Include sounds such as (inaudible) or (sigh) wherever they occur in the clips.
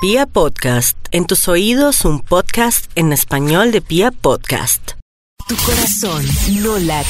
Pia Podcast, en tus oídos un podcast en español de Pia Podcast. Tu corazón no late.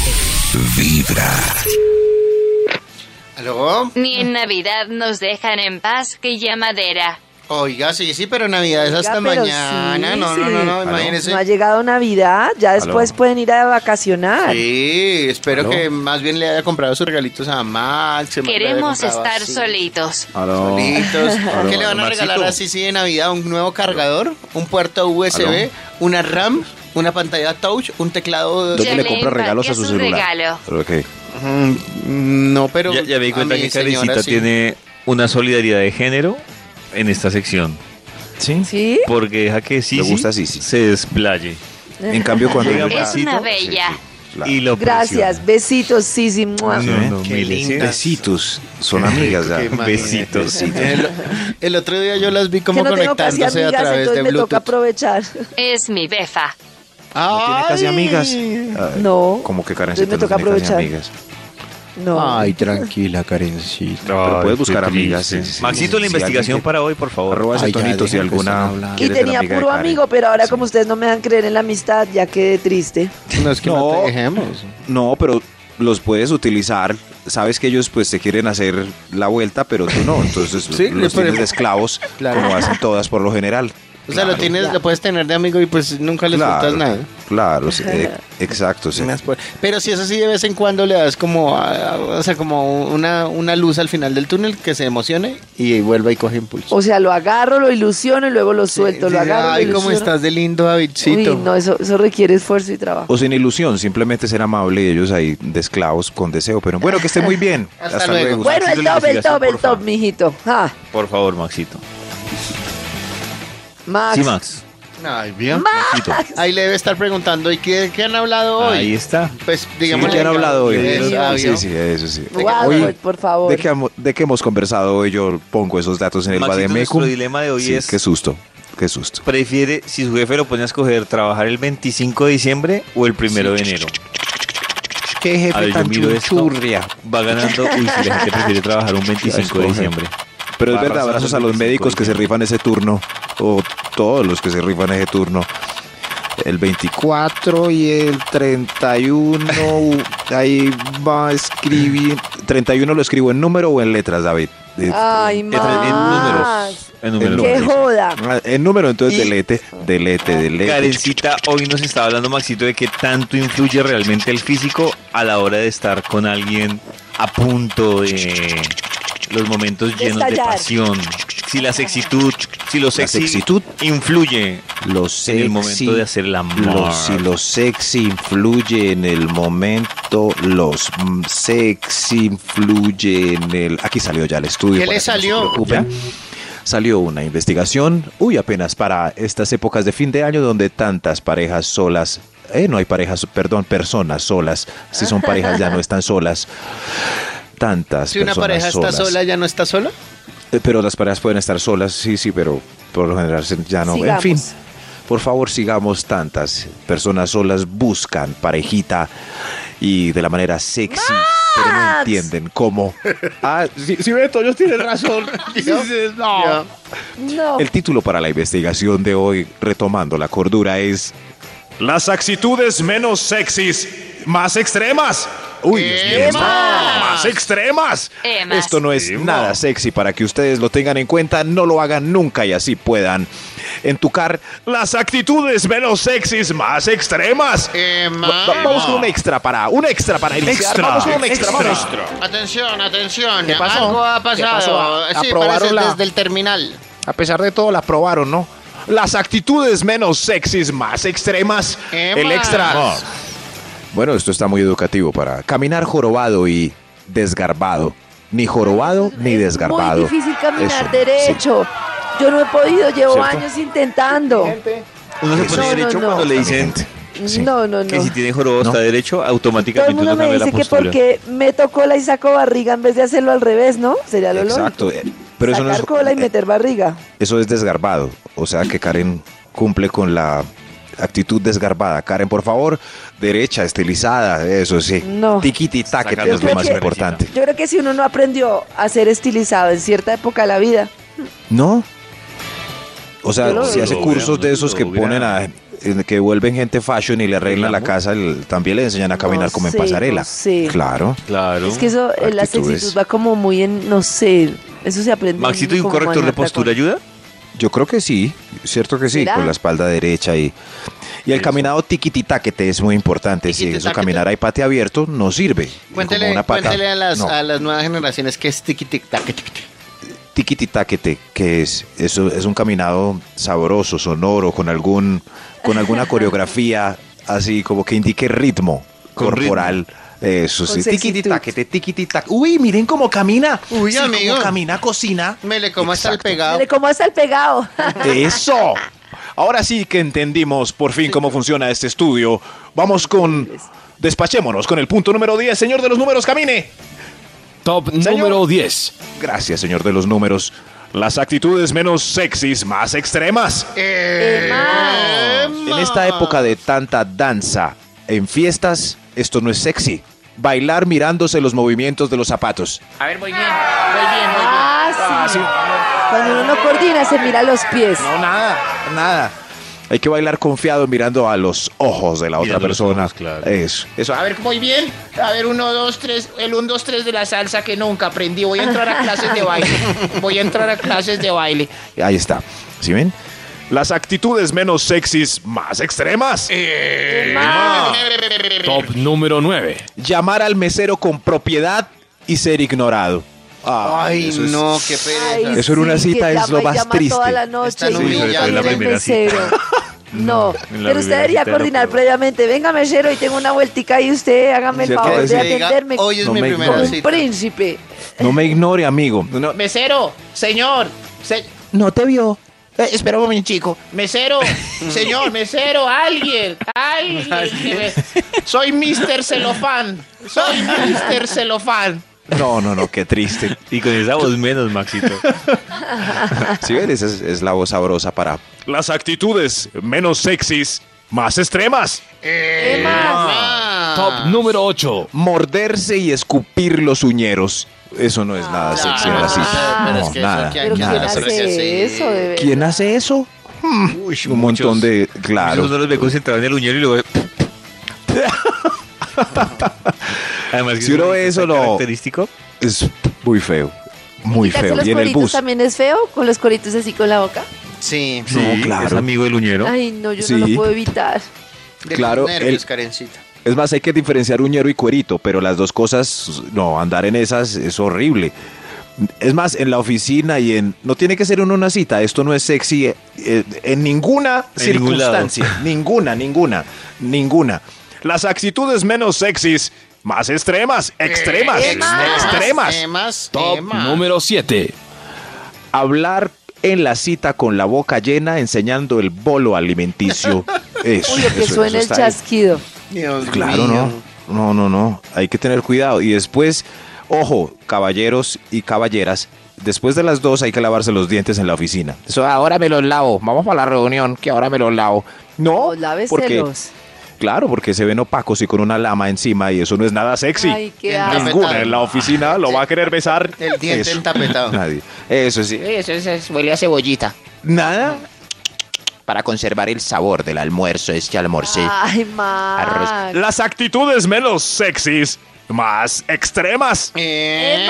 ¿Aló? Ni en Navidad nos dejan en paz que ya madera. Oiga, sí, sí, pero Navidad es Oiga, hasta pero mañana. sí, no, no, sí. no, no, Aló. imagínese. No ha llegado Navidad, ya después pueden ir a vacacionar. Sí, espero que más bien le haya comprado sus regalitos a Max. que más le haya Queremos comprado estar así, solitos. Aló. (laughs) solitos. ¿Qué le van a Maxito. regalar así sí de Navidad? ¿Un nuevo cargador? ¿Un puerto USB? Aló. ¿Una RAM? ¿Una pantalla touch? ¿Un teclado? Yo Ya que le le compra regalos a empaqué su su celular. regalo. ¿Pero qué? Mm, No, pero Ya, ya me di a cuenta mi que señora Karencita sí. tiene una solidaridad de género en esta sección. Sí. ¿Sí? Porque deja que sí gusta Sisi. se desplaye. En cambio, cuando Llega llega- Es una bella. Claro. Y lo Gracias, besitos, sí, sí, Ah, mua. sí, No, ¿eh? no, Qué mire, linda. Besitos. Son amigas ya. Qué maravilla. Besitos. El, el otro día yo las vi como que no tengo casi conectándose amigas, a través de entonces me Bluetooth. toca aprovechar. Es mi befa. No tiene casi ¡Ay! amigas. Ay, No. Como que Karencita Entonces no me toca tiene casi aprovechar. amigas. No. tranquila, Karencita. Pero puedes qué buscar triste. amigas, sí, sí, Maxito, sí, la sí, investigación alguien que- para hoy, por favor. Arroba ese Ay, ya, tonito si dejen que estén alguna. hablando. y eres de la tenía amiga de puro Karen. amigo, pero ahora Sí. como ustedes no me dan creer en la amistad, ya quedé triste. No es que no, No. te dejemos. No, pero los puedes utilizar. Sabes que ellos pues te quieren hacer la vuelta, pero tú no. Entonces Sí, los pero- tienes de esclavos, (laughs) Claro. como hacen todas por lo general. O sea, lo Claro. tienes, lo puedes tener de amigo y pues nunca le Claro, faltas nada. Claro, sí, eh, exacto. sí. Unas por- Pero si es así, de vez en cuando le das como, a- a- o sea, como una, una luz al final del túnel que se emocione y vuelva y coge impulso. O sea, lo agarro, lo ilusiono y luego lo suelto, Sí, lo sí, agarro. Ay, lo cómo ilusiono. estás de lindo, Davidcito. Uy, no, eso, eso requiere esfuerzo y trabajo. O sin ilusión, simplemente ser amable y ellos ahí de esclavos con deseo. Pero bueno, que esté muy bien. Hasta luego. Bueno, Maxito, el la top, el investigación, top, el por favor. top, mijito. Ah, Por favor, Maxito. Max. Sí, Max. Ay, bien. Maxito. Ahí le debe estar preguntando, ¿y qué, qué han hablado hoy? Ahí está. Pues, digamos. ¿De qué han hablado hoy? Sí, Sí, sí, eso sí. Guau, Oye, por favor. ¿De qué, hamo- de qué hemos conversado hoy? Yo pongo esos datos en el Maxito, Bademecum. nuestro dilema de hoy Sí, es... qué susto, qué susto. ¿Prefiere, si su jefe lo pone a escoger, trabajar el 25 de diciembre o el primero de enero? Qué A ver, yo miro esto. Va ganando. Uy, si la gente prefiere trabajar un 25 de Escoge. diciembre. Pero es Va verdad, arrasando abrazos el a los 25 médicos que se diciembre. rifan ese turno, o todos los que se rifan ese turno. El 24 y el 31, ahí va a escribir. 31 lo escribo en número o en letras, David. Eh, Ay, En, en números. Max. En En números. Qué números. joda. Ah, En número, entonces Y- delete, delete, delete. Karencita, hoy nos estaba hablando Maxito de que tanto influye realmente el físico a la hora de estar con alguien a punto de los momentos llenos de estallar. pasión. Si la sexitud, si lo La sexy sexitud, influye lo en sexy. el momento de hacer el amor. lo- si lo sexy influye en el momento, los mm, sexy influye en el... Aquí salió ya el estudio. ¿Qué para que le no se salió? preocupen. Salió una investigación, uy, apenas para estas épocas de fin de año donde tantas parejas solas, eh, no hay parejas, perdón, personas solas, si son parejas (laughs) ya no están solas, tantas Si una personas pareja está solas. sola, ¿ya no está sola? Eh, Pero las parejas pueden estar solas, sí, sí, pero por lo general se- ya no. Sigamos. En fin, por favor, sigamos tantas personas solas buscan parejita y de la manera sexy, pero no entienden cómo. (laughs) Ah, sí, sí, Beto, ellos tienen razón. No. No. El título para la investigación de hoy, retomando la cordura, es Las actitudes menos sexys, más extremas. Uy, Dios mío, esto- Más extremas. Emas. Esto no es Sí, nada no. sexy para que ustedes lo tengan en cuenta, no lo hagan nunca y así puedan entucar Las actitudes menos sexys, más extremas. Eh, Va- va- vamos con un extra para, un extra para iniciar. Extra, vamos con un extra, extra. vamos. Atención, atención. ¿Qué pasó? Algo ha ¿Qué pasado. pasó? Sí, ¿Aprobaron parece la- desde el terminal. A pesar de todo, la aprobaron, ¿no? Las actitudes menos sexys, más extremas. Emas. El extra. No. Bueno, esto está muy educativo para caminar jorobado y desgarbado. Ni jorobado ni desgarbado. Muy difícil caminar Eso, sí. derecho. Yo no he podido, llevo ¿Cierto? años intentando. Uno se Eso pone no, derecho no. cuando le dicen Sí. No, no, no. que si tiene jorobo está No. derecho, Todo el automáticamente mundo uno me cambia la dice que postura. porque me tocó la y saco barriga en vez de hacerlo al revés, ¿no? Sería lo Exacto. lógico. eh, Pero eso Sacar no es, cola y meter barriga. eso es desgarbado. O sea que Karen cumple con la actitud desgarbada. Karen, por favor, derecha, estilizada, eso sí. No. Tiquiti taque, que Saca es los lo más pies. importante. Yo creo que si uno no aprendió a ser estilizado en cierta época de la vida, ¿No? O Yo sea, lo si hace veo. cursos de esos que Logra. ponen a en que vuelven gente fashion y le arreglan la casa, el- también le enseñan a caminar No como en sé, pasarela. no sé. Claro. Claro. Es que eso, eh, la Actitudes. sexitud va como muy en, no sé, eso se aprende. Maxito, ¿y un como corrector de manejar postura tacón. ayuda? Yo creo que sí, cierto que sí, ¿Será? con la espalda derecha y, y el caminado tiquititaquete es muy importante. Si eso Tiquititaquete. caminar ahí pate abierto no sirve. Cuéntele, como una pata. cuéntele a, las, No, a las nuevas generaciones que es tiki tic tac tic, tic. tiquititaquete, que es eso es un caminado sabroso, sonoro, con algún con (laughs) alguna coreografía así como que indique ritmo Con corporal. Eso Con sí, sexitud. tiquititaquete, tiquititaquete. Uy, miren cómo camina. Uy, Sí, cómo amigo. camina, cocina. Me le como hasta el Exacto. pegado. Dale, ¿Cómo está el pegado? Eso. Ahora sí que entendimos por fin cómo funciona este estudio. Vamos con. Despachémonos con el punto número 10. Señor de los números, camine. Top Señor. número 10. Gracias, señor de los números. Las actitudes menos sexys, más extremas. En esta época de tanta danza, en fiestas, esto no es sexy. Bailar mirándose los movimientos de los zapatos. A ver, muy bien, muy bien, muy bien. Ah, sí. Cuando uno no coordina, se mira los pies. No, nada, nada. Hay que bailar confiado mirando a los ojos de la otra Mirando los persona. ojos, claro. Eso. Eso. A ver, muy bien. A ver, uno, dos, tres. El un, dos, tres de la salsa que nunca aprendí. Voy a entrar a clases de baile. Voy a entrar a clases de baile. Ahí está. ¿Sí ven? Las actitudes menos sexys, más extremas. Top número 9. Llamar al mesero con propiedad y ser ignorado. Ah, Ay, eso es- no, qué pereza. Eso en una cita que es llama lo y más llama triste. toda la noche Están y humillando. nunca En la viene el primera cita. mesero. (laughs) No, en pero la usted primera debería cita no coordinar puedo. previamente. Venga, mesero, y tengo una vueltica y usted hágame el ¿Cierto? favor Que de se diga, atenderme Hoy es No mi me primera como ignores. un cita. príncipe. No me ignore, amigo. No, Mesero, señor. se- no te vio. Eh, espera un momento, chico. Mesero, señor, mesero, alguien, alguien. que me- Soy Mr. Celofán. Soy Mr. Celofán. No, no, no, qué triste. Y con esa voz menos, Maxito. (laughs) Si ven, esa es, es la voz sabrosa para. Las actitudes menos sexys, más extremas. Top número 8. Morderse y escupir los uñeros. Eso no es Ah, nada sexy en la cita. pero es No, que eso nada. que hay Pero que ¿quién nada hacer. sexy. hace Sí. eso? de ¿Quién hace eso? Hmm, un montón de. Claro. Eso no los ve concentrado en el uñero y luego. (laughs) Además, que Si uno es un ve eso, tan no. característico. Es muy feo. Muy Quitarse feo. los Y en el cueritos bus. también es feo? ¿Con los cueritos así con la boca? Sí. Sí, claro. Es amigo del uñero. Ay, no, yo Sí. no lo puedo evitar. De Claro, los nervios, el- Karencita. Es más, hay que diferenciar uñero y cuerito, pero las dos cosas, no, andar en esas es horrible. Es más, en la oficina y en... No tiene que ser en una cita, esto no es sexy eh, eh, en ninguna En ningún circunstancia. Ninguna, ninguna, ninguna. Las actitudes menos sexys, más extremas. Extremas. Extremas. Extremas. Temas, Top temas. número 7. Hablar en la cita con la boca llena enseñando el bolo alimenticio. Eso, Uy, lo que eso, eso suena el está ahí. chasquido. Dios Claro, mío. no. No, no, no. Hay que tener cuidado. Y después, ojo, caballeros y caballeras, después de las dos hay que lavarse los dientes en la oficina. Eso ahora me los lavo. Vamos para la reunión, que ahora me los lavo. No, O porque láveselos. claro, porque se ven opacos y con una lama encima y eso no es nada sexy. Ay, qué En asco. Ninguna en la oficina lo va a querer besar. El diente Eso. entapetado. Nadie. Eso sí. Eso, eso, eso, huele a cebollita. Nada. Para conservar el sabor del almuerzo, es que almorcé. Ay, Max. Las actitudes menos sexys, más extremas. Eh,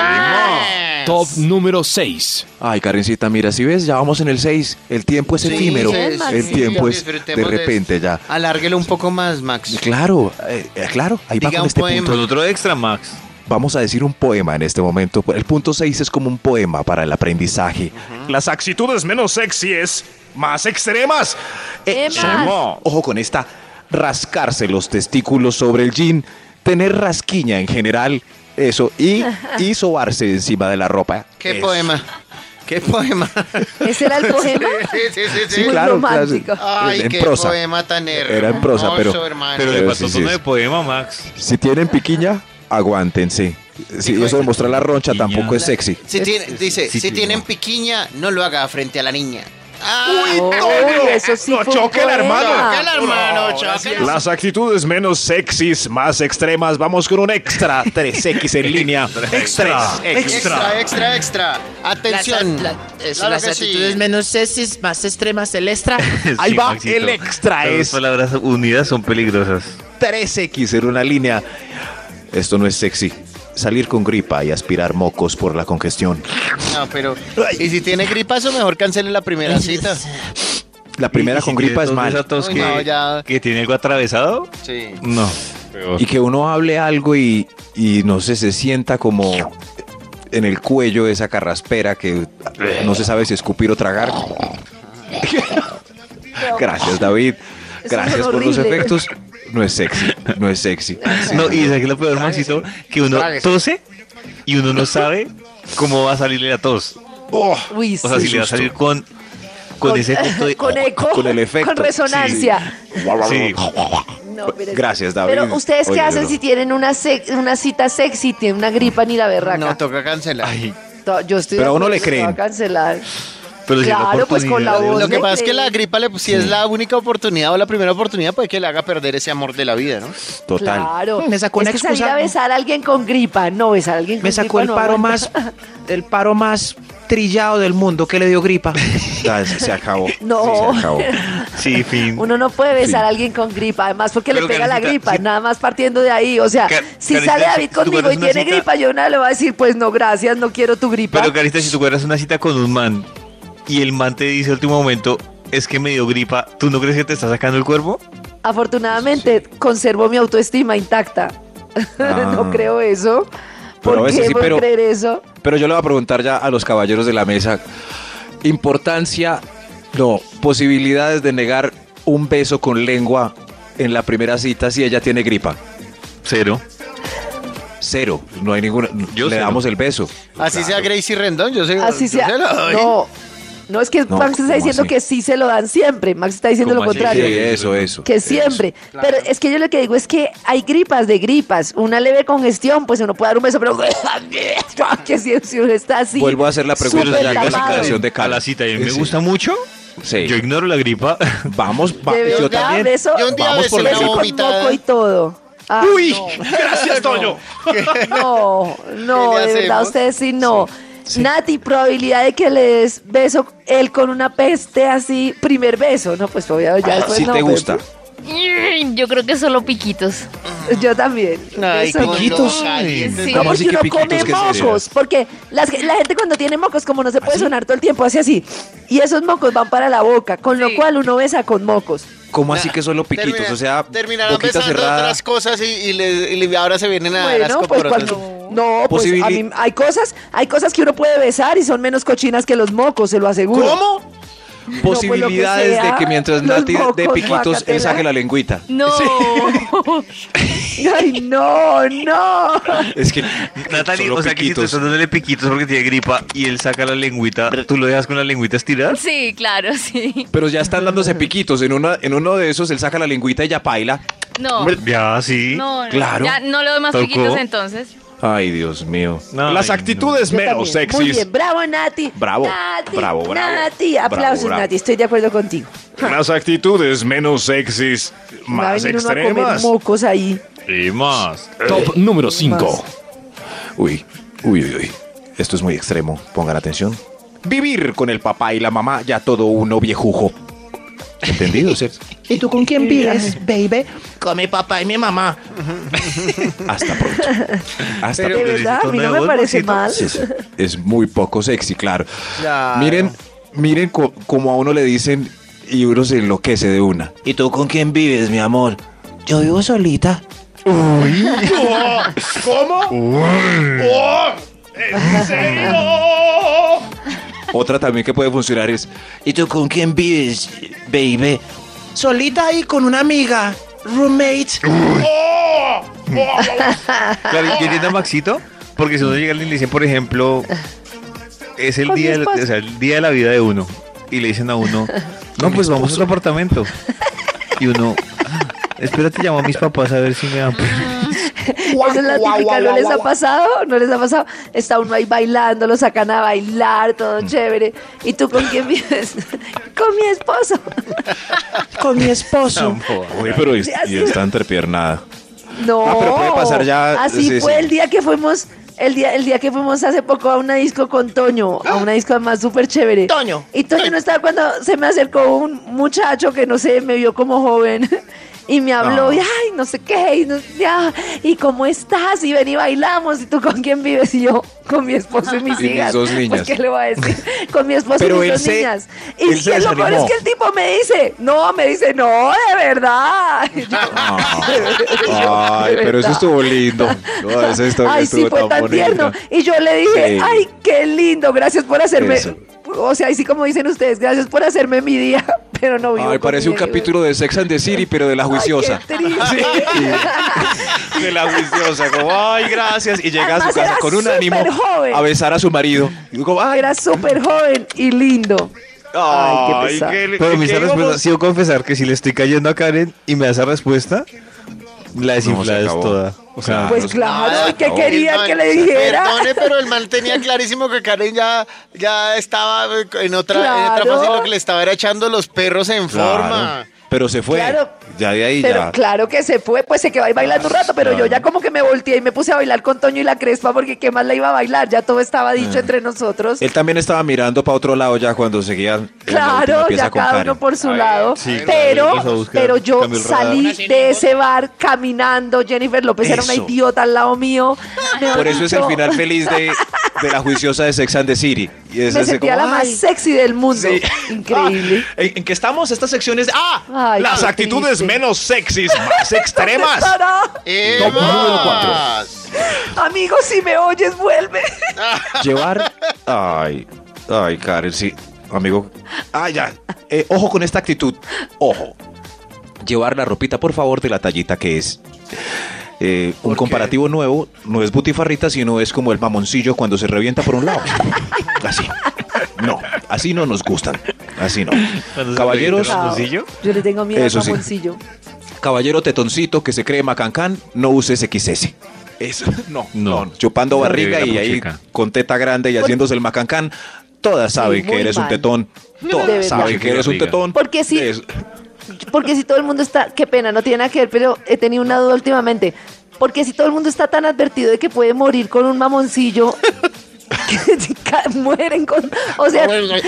Top número 6. Ay, Karencita, mira, si ves, ya vamos en el 6. El tiempo es sí, efímero. sí, el sí, tiempo sí, es de disfrutemos repente esto. ya. Alárguelo un poco más, Max. Claro, eh, eh, claro, ahí va Diga con un este poema. punto. Con otro extra, Max. Vamos a decir un poema en este momento. El punto 6 es como un poema para el aprendizaje. Las actitudes menos sexys, más extremas. Extremo. Eh, Ojo con esta. Rascarse los testículos sobre el jean. Tener rasquiña en general. Eso. Y, (laughs) y sobarse encima de la ropa. Qué Eso. poema. Qué poema. (laughs) (laughs) ¿Ese era el poema? sí, sí, sí, Sí, sí. Muy claro. claro. romántico. Ay, en qué prosa. poema tan hermoso, Era en prosa, pero- hermano. Pero le Pero pasó sí, sí, tono sí. de poema, Max. (laughs) Si tienen piquiña, aguántense. Si eso de mostrar la roncha tampoco es sexy. Si tiene- dice, Sí, si sí, tienen no. piquiña, no lo haga frente a la niña. Uy, eso sí No fue un choque el poema. hermano. Choca el hermano, choca el- Las actitudes menos sexys, más extremas. Vamos con un extra 3X en línea. Extra. Extra, extra, extra. Atención. Las, la- eso, Claro las que sí. actitudes menos sexys, más extremas, el extra. Ahí Sí, va Maxito. el extra. Todas Las Es palabras unidas son peligrosas. 3X en una línea. Esto no es sexy. Salir con gripa y aspirar mocos por la congestión. No, pero. Y si tiene gripazo, mejor cancele la primera cita. La primera Y si con gripa tiene es todos mal. esos datos Uy, que, no, ya. que tiene algo atravesado? Sí. No. Y que uno hable algo y, y no sé, se sienta como en el cuello esa carraspera que no se sabe si escupir o (laughs) tragar. Gracias, David. Eso Gracias fue por los horrible. efectos. No es sexy, no es sexy. No, y es lo peor, Maxito, que uno tose y uno no sabe cómo va a salirle la tos. Uy, O sea, sí. si le va a salir con, con, ese efecto (laughs) de... con eco, Con el efecto, con resonancia. Sí. No, pero- Pues Gracias, David. Pero ustedes qué Oye, hacen no. si tienen una, sec- una cita sexy, tienen una gripa ni la berraca. No, toca cancelar. To- Yo estoy de Pero a uno acuerdo, le se va creen. a cancelar. Pero si es Claro, pues, con la oportunidad de- voz. Lo que ¿no? pasa es que la gripa, le- si es la única oportunidad o la primera oportunidad, puede que le haga perder ese amor de la vida, ¿no? Total. Claro. Me sacó una es que salir excusa. a besar a alguien con gripa, no besar a alguien con Me sacó gripa el no paro aguanta. (laughs) más, el paro más trillado del mundo que le dio gripa. Ya, se se acabó. No. Se acabó. Sí, fin. Uno no puede besar Sí. a alguien con gripa, además porque Pero, le pega la Karencita, gripa, si- nada más partiendo de ahí. O sea, Car- si Karencita, sale si- David si tú conmigo fueras y una tiene cita- gripa, yo una le voy a decir, pues no, gracias, no quiero tu gripa. Pero Carita, si tú fueras una cita con un man y el man te dice al último momento, es que me dio gripa, ¿tú no crees que te está sacando el cuerpo? Afortunadamente, conservo mi autoestima intacta. (laughs) Ah. no creo eso. Pero a ¿Por veces qué sí, puedo pero- creer eso? Pero yo le voy a preguntar ya a los caballeros de la mesa. Importancia, no, pues, posibilidades de negar un beso con lengua en la primera cita si ella tiene gripa. Cero. Cero, no hay ninguna. Yo le cero. damos el beso. Así sea Gracie Rendón, yo sé. Así yo sea. se lo doy. No, no es que No, Max ¿cómo está diciendo así? que sí se lo dan siempre. Max está diciendo lo ¿Cómo así? contrario. Sí, eso, eso. Que eso. siempre. Pero es que yo lo que digo es que hay gripas de gripas. Una leve congestión, pues uno puede dar un beso, pero (laughs) que si, si uno está así. Vuelvo a hacer la pregunta súper ya que la tapado. declaración de a cara. la cita y me Sí. gusta mucho, Sí. yo ignoro la gripa. Vamos, va- De yo verdad, también. beso- Yo un día Vamos besé por beso la una con vomitada. moco y todo. Ah, Uy, no. gracias, Toño. No, no, ¿Qué le de verdad hacemos? ustedes sí no. Nati, probabilidad de que le des beso él con una peste así, primer beso, no, pues obviamente ya después Ah, Si no, pues. te pero- gusta. Yo creo que solo piquitos. Yo también. Ay, Beso con no. los calientes. Sí. No, ¿Cómo así porque que uno piquitos? come ¿Qué es eso? mocos, porque las- la gente cuando tiene mocos, como no se ¿Ah, puede sonar todo el tiempo, hace así. Y esos mocos van para la boca, con lo Sí. cual uno besa con mocos. ¿Cómo así que solo piquitos? Termina- o sea, terminarán boquita besando cerrada. otras cosas y, y le- y le- ahora se vienen a dar Bueno, asco pues por otras- cuando. No, pues Posibili- a mí hay cosas, hay cosas que uno puede besar y son menos cochinas que los mocos, se lo aseguro. ¿Cómo? pues, lo que Posibilidades sea, de que mientras los Nati de mocos, piquitos, él guacatela. saque la lengüita. No. Ay, no, (laughs) no. Es que Natalie, solo o sea que si tú piquitos. estás dándole piquitos porque tiene gripa y él saca la lengüita, ¿tú lo dejas con la lengüita estirada? (laughs) Sí, claro, sí. Pero ya están dándose piquitos. En, una, en uno de esos él saca la lengüita y ya paila. No. Ya, sí. No, no. claro. Ya no le doy más Tocó. piquitos entonces. Ay, Dios mío. Ay, Las no. actitudes Yo menos también. Muy sexys. bien, bravo Nati. Bravo, Nati, bravo, bravo. Nati, Bravo, aplausos bravo. Nati, estoy de acuerdo contigo. Las actitudes menos sexys, Va a más venir uno a comer extremas. mocos ahí. Y más. Top número cinco. Uy, uy, uy, uy. Esto es muy extremo. Pongan atención. Vivir con el papá y la mamá, ya todo uno viejujo. ¿Entendido, cierto? ¿Y tú con quién vives, baby? Con mi papá y mi mamá. Hasta pronto. Hasta De pronto. verdad, a mí no me voz, parece Maxito. mal. Sí, sí. Es muy poco sexy, claro. Claro. Miren, miren co- como a uno le dicen y uno se enloquece de (laughs) una. ¿Y tú con quién vives, mi amor? Yo vivo solita. Otra también que puede funcionar es ¿Y tú con quién vives, baby? Solita y con una amiga, roommate. Claro, Ah, yo entiendo a Maxito, porque si uno llega y le dicen, por ejemplo, es el Con mi día, de la- esposo. o sea, el día de la vida de uno, y le dicen (laughs) a uno, no, pues vamos a (laughs) otro apartamento. Y uno, (laughs) "Ah, espérate, llamo a mis papás a ver si me dan permiso". Esa es la típica, ¿no les ha pasado? ¿No les ha pasado? Está uno ahí bailando, lo sacan a bailar, todo chévere. ¿Y tú con quién vives? (laughs) con mi esposo. (laughs) Con mi esposo. Uy, pero es- y está entrepiernada. No. Ah, pero puede pasar ya, Así sí, fue sí. el día que fuimos. El día, el día que fuimos hace poco a una disco con Toño, a una disco además súper chévere. Toño. Y Toño no estaba cuando se me acercó un muchacho que no sé, me vio como joven y me habló y ay, no sé qué, y, no- ya, y cómo estás, y ven y bailamos, y tú con quién vives, y yo con mi esposo y mis Y mis hijas. dos niñas. Pues, ¿Qué le voy a decir? Con mi esposo Pero y mis él dos se- niñas. él Y se que lo peor es desanimó. que el tipo me dice, no, me dice, no, de verdad. (laughs) Y yo, (laughs) Ay, de pero eso verdad. estuvo lindo. (laughs) No, esa historia Ay, estuvo sí, fue tan bonita. tierno. Y yo le Sí. dije, ay, qué lindo, gracias por hacerme. Eso. O sea, así como dicen ustedes, gracias por hacerme mi día, (laughs) pero no vivo. Ay, parece un conmigo. capítulo de Sex and the City, pero de la Ay, qué juiciosa. (laughs) triste. (laughs) De la juiciosa, como, ay, gracias. Y llega a su Además, casa era con un súper ánimo joven. a besar a su marido. Y digo, ay, Era súper joven y lindo. Ay, qué pesar. Pero mi esa respuesta ha sido confesar que si le estoy cayendo a Karen y me da esa respuesta, la desinflada es acabó. toda. O sea, Pues claro, ¿y qué quería El man- que le dijera? Ah, Perdone, pero el man (laughs) tenía clarísimo que Karen ya, ya estaba en otra, en Claro. otra fase y lo que le estaba era echando los perros en Claro, forma. Pero se fue. Claro. Ya de ahí Pero ya. claro que se fue, pues se quedó ahí bailando un rato, pero yo ya como que me volteé y me puse a bailar con Toño y la Crespa porque qué más la iba a bailar, ya todo estaba dicho Mm. entre nosotros. Él también estaba mirando para otro lado ya cuando seguían. Claro, ya cada uno por su lado. pero, vamos a buscar, pero yo cambio el radar. salí de ese bar caminando. Jennifer López era una Eso. idiota al lado mío. Mejor Por eso es el dicho, final feliz de, de la juiciosa de Sex and the City. Y es Me ese sentía como, la más ay, Ah, sexy del mundo. (laughs) Increíble. ¿En, en qué estamos? Estas secciones. ¡Ah! Ay, Las qué actitudes triste. menos sexys, (laughs) más ¿Dónde extremas. estará? ¡Evas! número Amigo, si me oyes, vuelve. llevar. Ay, ay, Karen, sí, amigo. Ay, ya. Eh, ojo con esta actitud. Ojo. Llevar la ropita, por favor, de la tallita que es. Eh, un comparativo nuevo no es butifarrita, sino es como el mamoncillo cuando se revienta por un (laughs) lado. Así. No, así no nos gustan. Así no. Cuando se Caballeros, revienta el mamoncillo. Yo le tengo miedo Eso a sí. Ramoncillo. caballero tetoncito que se cree macancán, no uses XS. Eso, no, no, chupando No, barriga la y ahí puchica. con teta grande y haciéndose el macancán. Todas saben Pues muy que eres mal. un tetón. De Todas verdad. saben que eres un tetón. Porque sí. Es- Porque si todo el mundo está, qué pena, no tiene nada que ver, pero he tenido una duda últimamente. Porque si todo el mundo está tan advertido de que puede morir con un mamoncillo, que ca- mueren con, o sea,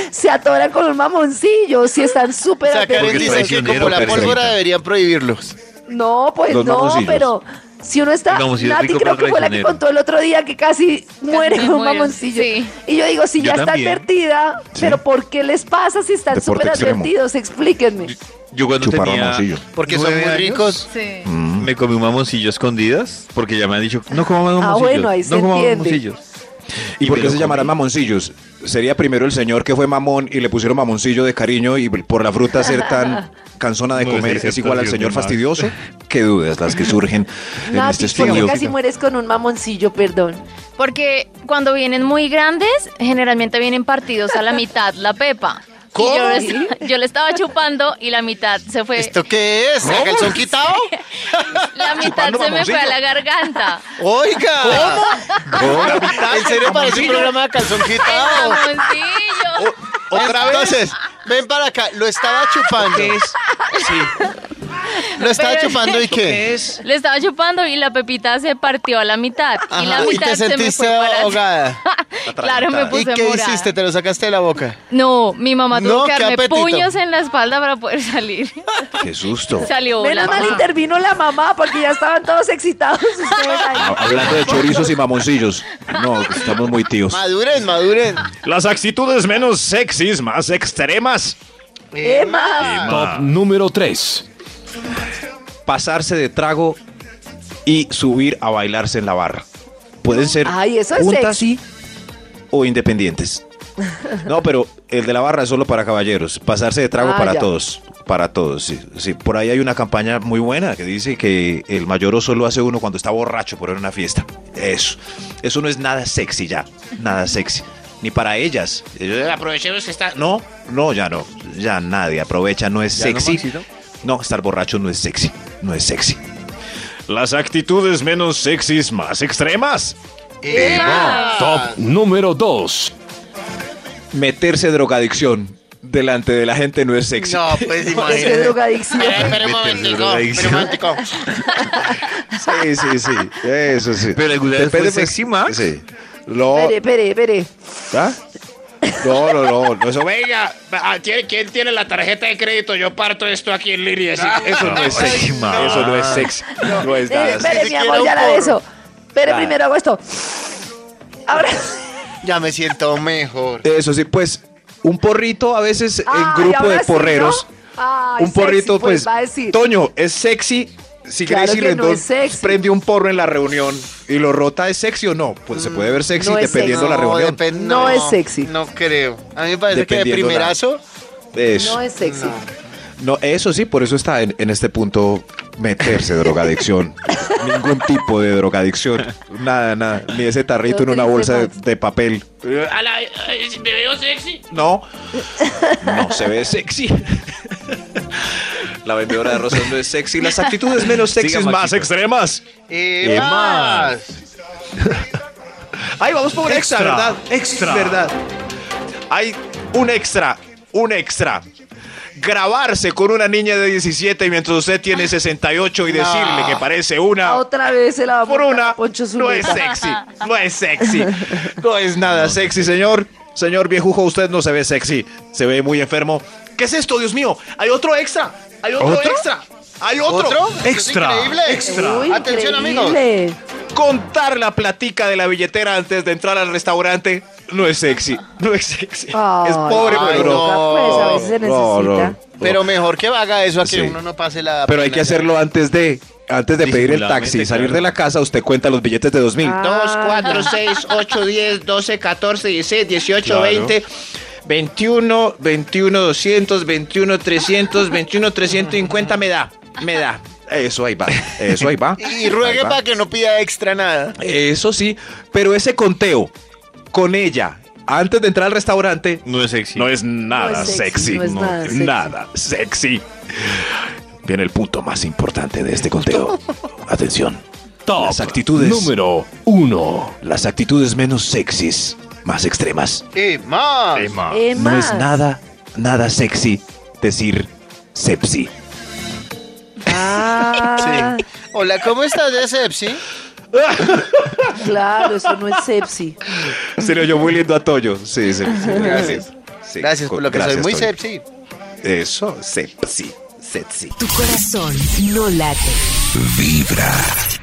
se atoran con un mamoncillo, si están súper O sea, Karen Porque advertidos. dice que traicionero, como la perfecto. pólvora deberían prohibirlos. No, pues Los no, mamoncillos. pero si uno está, Digamos, si es Nati rico, creo pero que fue la que traicionero. contó el otro día que casi muere se con un mueren, mamoncillo. sí. Y yo digo, si Yo ya también. está advertida, pero ¿por qué les pasa si están Deporte súper extremo. advertidos? Explíquenme. Yo cuando Chupar tenía mamoncillo. Porque son nueve muy años, ricos. Sí. Mm. Me comí un mamoncillo a escondidas porque ya me han dicho, no como mamoncillos. Ah, bueno, ahí no se comamos entiende. mamoncillos. ¿Y por me qué lo se llamarán comí. mamoncillos? Sería primero el señor que fue mamón y le pusieron mamoncillo de cariño y por la fruta ser (laughs) tan cansona de No, comer sí, es igual al sí, señor sí, fastidioso. Qué dudas las que (laughs) surgen en Nati, este ¿por qué estudio. casi mueres con un mamoncillo, perdón. Porque cuando vienen muy grandes, generalmente vienen partidos a la mitad la pepa. Y ¿Cómo? Yo, les- yo le estaba chupando y la mitad se fue. ¿Esto qué es? ¿El calzón quitado? (laughs) la mitad ¿Chupando se me fue a mamoncillo? la garganta. Oiga. ¿En serio parece un programa de calzón El quitado? mamoncillo. Otra vez. Entonces, ven para acá. Lo estaba chupando. Lo estaba Pero- chupando y qué. Es Le estaba chupando y la pepita se partió a la mitad. y la Ajá, mitad te se me fue sentiste para ahogada. Claro, me ¿Y (laughs) puse qué morada. hiciste? ¿Te lo sacaste de la boca? No, mi mamá tuvo No, que qué darme apetito. puños en la espalda para (laughs) poder salir. Qué susto. Salió la Menos mal mamá. intervino la mamá porque ya estaban todos excitados ustedes ahí. Hablando de chorizos y mamoncillos. No, estamos muy tíos. Maduren, (laughs) maduren. Las actitudes menos sexys, más extremas. (laughs) Emma, número 3. pasarse de trago y subir a bailarse en la barra. Pueden ser Ay, eso es juntas sexy. o independientes. No, pero el de la barra es solo para caballeros. Pasarse de trago Ah, para ya. todos. Para todos, sí, sí. Por ahí hay una campaña muy buena que dice que el mayor oso lo hace uno cuando está borracho por ir a una fiesta. Eso. Eso no es nada sexy ya. Nada sexy. Ni para ellas. Ellos, Aprovechemos que está. no, no, ya no. Ya nadie aprovecha, no es ¿Ya no, sexy. Maxito? No, estar borracho no es sexy. No es sexy. Las actitudes menos sexys más extremas. Eh, Eh, Top número 2. Meterse drogadicción delante de la gente no es (laughs) sexy. No, pues Es que imagínate. Eh, drogadicción. Espera, espera un momentico, espera un momentico. Sí, sí, sí. Eso sí. Pero alguna vez Depende, fue pues, sexy, Max. Sí. No, Pere, pere, pere. ¿ah? no, no, no, no, Eso, Venga, ah, ¿tiene- ¿quién tiene la tarjeta de crédito? Yo parto esto aquí en línea. así que- eso no, es sexy. Eso no es sexy. No, es Pere, nada pere, ni mi siquiera amor, un ya la porro. beso. Pere, primero hago esto. (laughs) Ahora. Ya me siento mejor. Eso sí, pues un porrito a veces (laughs) Ay, en grupo ahora de sí, ¿no? porreros. Ay, un porrito, sexy, pues. va a decir. Toño, es sexy. Si Claro Gracie que no Rendón es sexy. prende un porro en la reunión y lo rota, ¿es sexy o no? Pues se puede ver sexy Mm, no es dependiendo sexy. la reunión. depen- No es sexy. No creo. A mí me parece que de Dependiendo la- primerazo. Eso. No es sexy. No, eso sí, por eso está en, en este punto meterse (laughs) drogadicción. Ningún tipo de drogadicción. Nada, nada. Ni ese tarrito en Lo una triste, bolsa de, Max. de papel. A la- ay, ¿Me veo sexy? No. No se ve sexy. La vendedora de rosas no es sexy. Las actitudes menos sexys Maxito. más extremas. Eh, ¿Qué más? Ahí vamos por extra, Extra, extra. ¿verdad? ¿Verdad? Hay un extra, un extra. Grabarse con una niña de 17 mientras usted tiene 68 y decirle que parece una Otra vez se la va a por montar una Poncho no es Zuleta. sexy, (laughs) no es sexy, no es nada sexy, señor. Señor viejujo, usted no se ve sexy, se ve muy enfermo. ¿Qué es esto, Dios mío? Hay otro extra, hay otro, ¿Otro? extra, hay otro. ¿Otro? Extra, ¿Es increíble? extra. Uy, Atención, amigos. increíble. Contar la platica de la billetera antes de entrar al restaurante no es sexy, no es sexy. Ay, es pobre, ay, pero no. toca, Pues, a veces se No, no, necesita. no. Pero mejor que haga eso a que Sí. uno no pase la. Ah, Pero hay que hacerlo antes de antes de pedir el Disimuladamente, taxi, salir claro. de la casa, usted cuenta los billetes de 2000. Ah. 2, 4, 6, 8, 10, 12, 14, 16, 18, Claro. 20, 21, 21, 200, 21, 300, 21, 350 me da, me da. Eso ahí va. Eso ahí va. Y ruegue Ahí va. para que no pida extra nada. Eso sí, pero ese conteo con ella antes de entrar al restaurante No es sexy. No es nada No es sexy. sexy, no es nada sexy. nada sexy. viene el punto más importante de este conteo. Atención. Top Las actitudes. número 1. Las actitudes menos sexys, más extremas. ¿Qué más? Eh, No es más. (laughs) nada, nada sexy decir sepsi. Ah, Hola, ¿cómo estás de Sepsi? claro, eso no es sexy. Se le oyó muy lindo a Toyo. Sí, sí. (laughs) sí, gracias. Sí, Gracias co- por lo que soy gracias, muy Toyo. Sepsi. Eso, sepsi. Sepsi. Tu corazón no late.